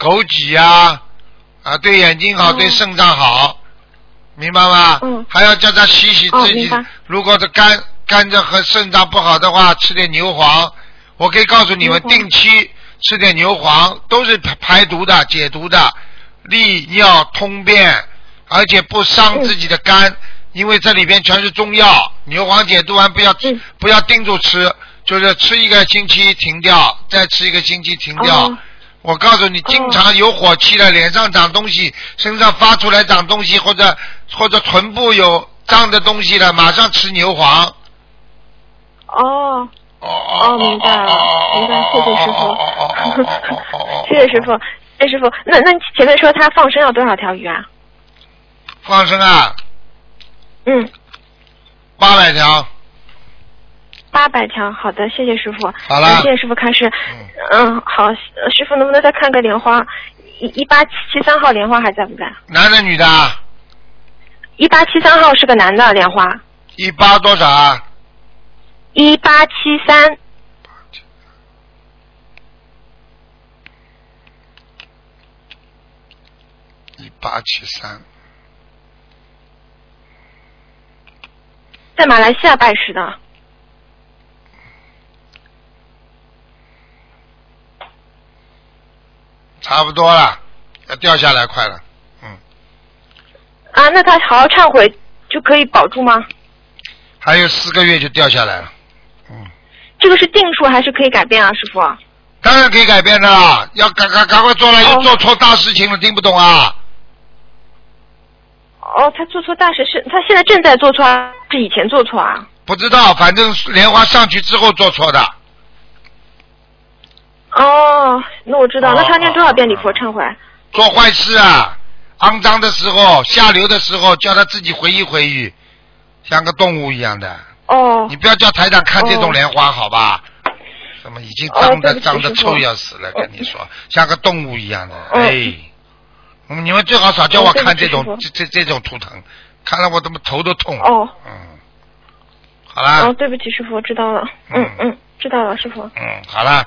枸杞呀、啊，对眼睛好，哦对肾脏好，明白吗？嗯还要叫他洗洗哦自己明白。如果这肝肝脏和肾脏不好的话，吃点牛黄。我可以告诉你们，牛黄定期吃点牛黄，都是排排毒的、解毒的，利尿通便，而且不伤自己的肝，因为这里边全是中药。牛黄解毒丸不要、嗯不要盯住吃，就是吃一个星期停掉，再吃一个星期停掉。哦我告诉你，经常有火气了，脸上长东西，身上发出来长东西，或者或者臀部有脏的东西了，马上吃牛黄。哦哦哦，哦，明白了，明白，谢谢师傅，谢谢师傅，谢谢师傅。那那前面说他放生要多少条鱼啊？放生啊，嗯，八百条。八百条。好的，谢谢师傅。好啦嗯谢谢师傅开示。嗯，好，呃师傅能不能再看个莲花？一一八七七三号莲花还在不在？男的女的啊？一八七三号是个男的莲花。一八多少啊？一八七三，一八七三，在马来西亚拜师的。啊差不多了，要掉下来快了。啊，那他好好忏悔就可以保住吗？还有四个月就掉下来了，这个是定数还是可以改变啊，师傅？当然可以改变的啦。要赶赶赶快做了，又做错大事情了，听不懂啊？哦，他做错大事是，他现在正在做错，啊，是以前做错啊？不知道，反正莲花上去之后做错的，哦，那我知道，那他念多少遍礼佛忏悔？做坏事啊，肮脏的时候、下流的时候，叫他自己回忆回忆，像个动物一样的。哦，你不要叫台长看这种莲花，好吧？怎么已经脏哦对的不起脏的师傅哦臭要死了？跟你说，像个动物一样的，嗯哎，你们最好少叫我哦对不看起这种师傅这这这种图腾，看了我怎么头都痛。哦，嗯，好啦，哦，对不起，师傅，我知道了。嗯嗯，知道了，师傅。嗯，好了，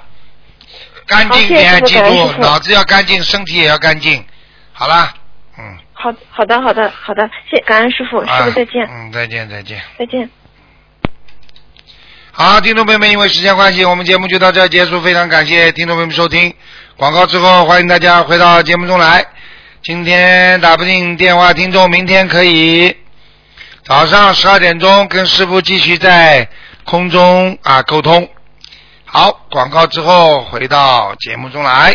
干好净谢谢点，师傅记感恩住师，傅脑子要干净，身体也要干净。好了，好好的好的好的，谢感恩师傅，师啊傅再见、嗯，再见，再见。再见。好，听众朋友们，因为时间关系，我们节目就到这儿结束。非常感谢听众朋友们收听。广告之后，欢迎大家回到节目中来。今天打不进电话，听众明天可以早上十二点钟跟师傅继续在空中啊沟通。好，广告之后回到节目中来。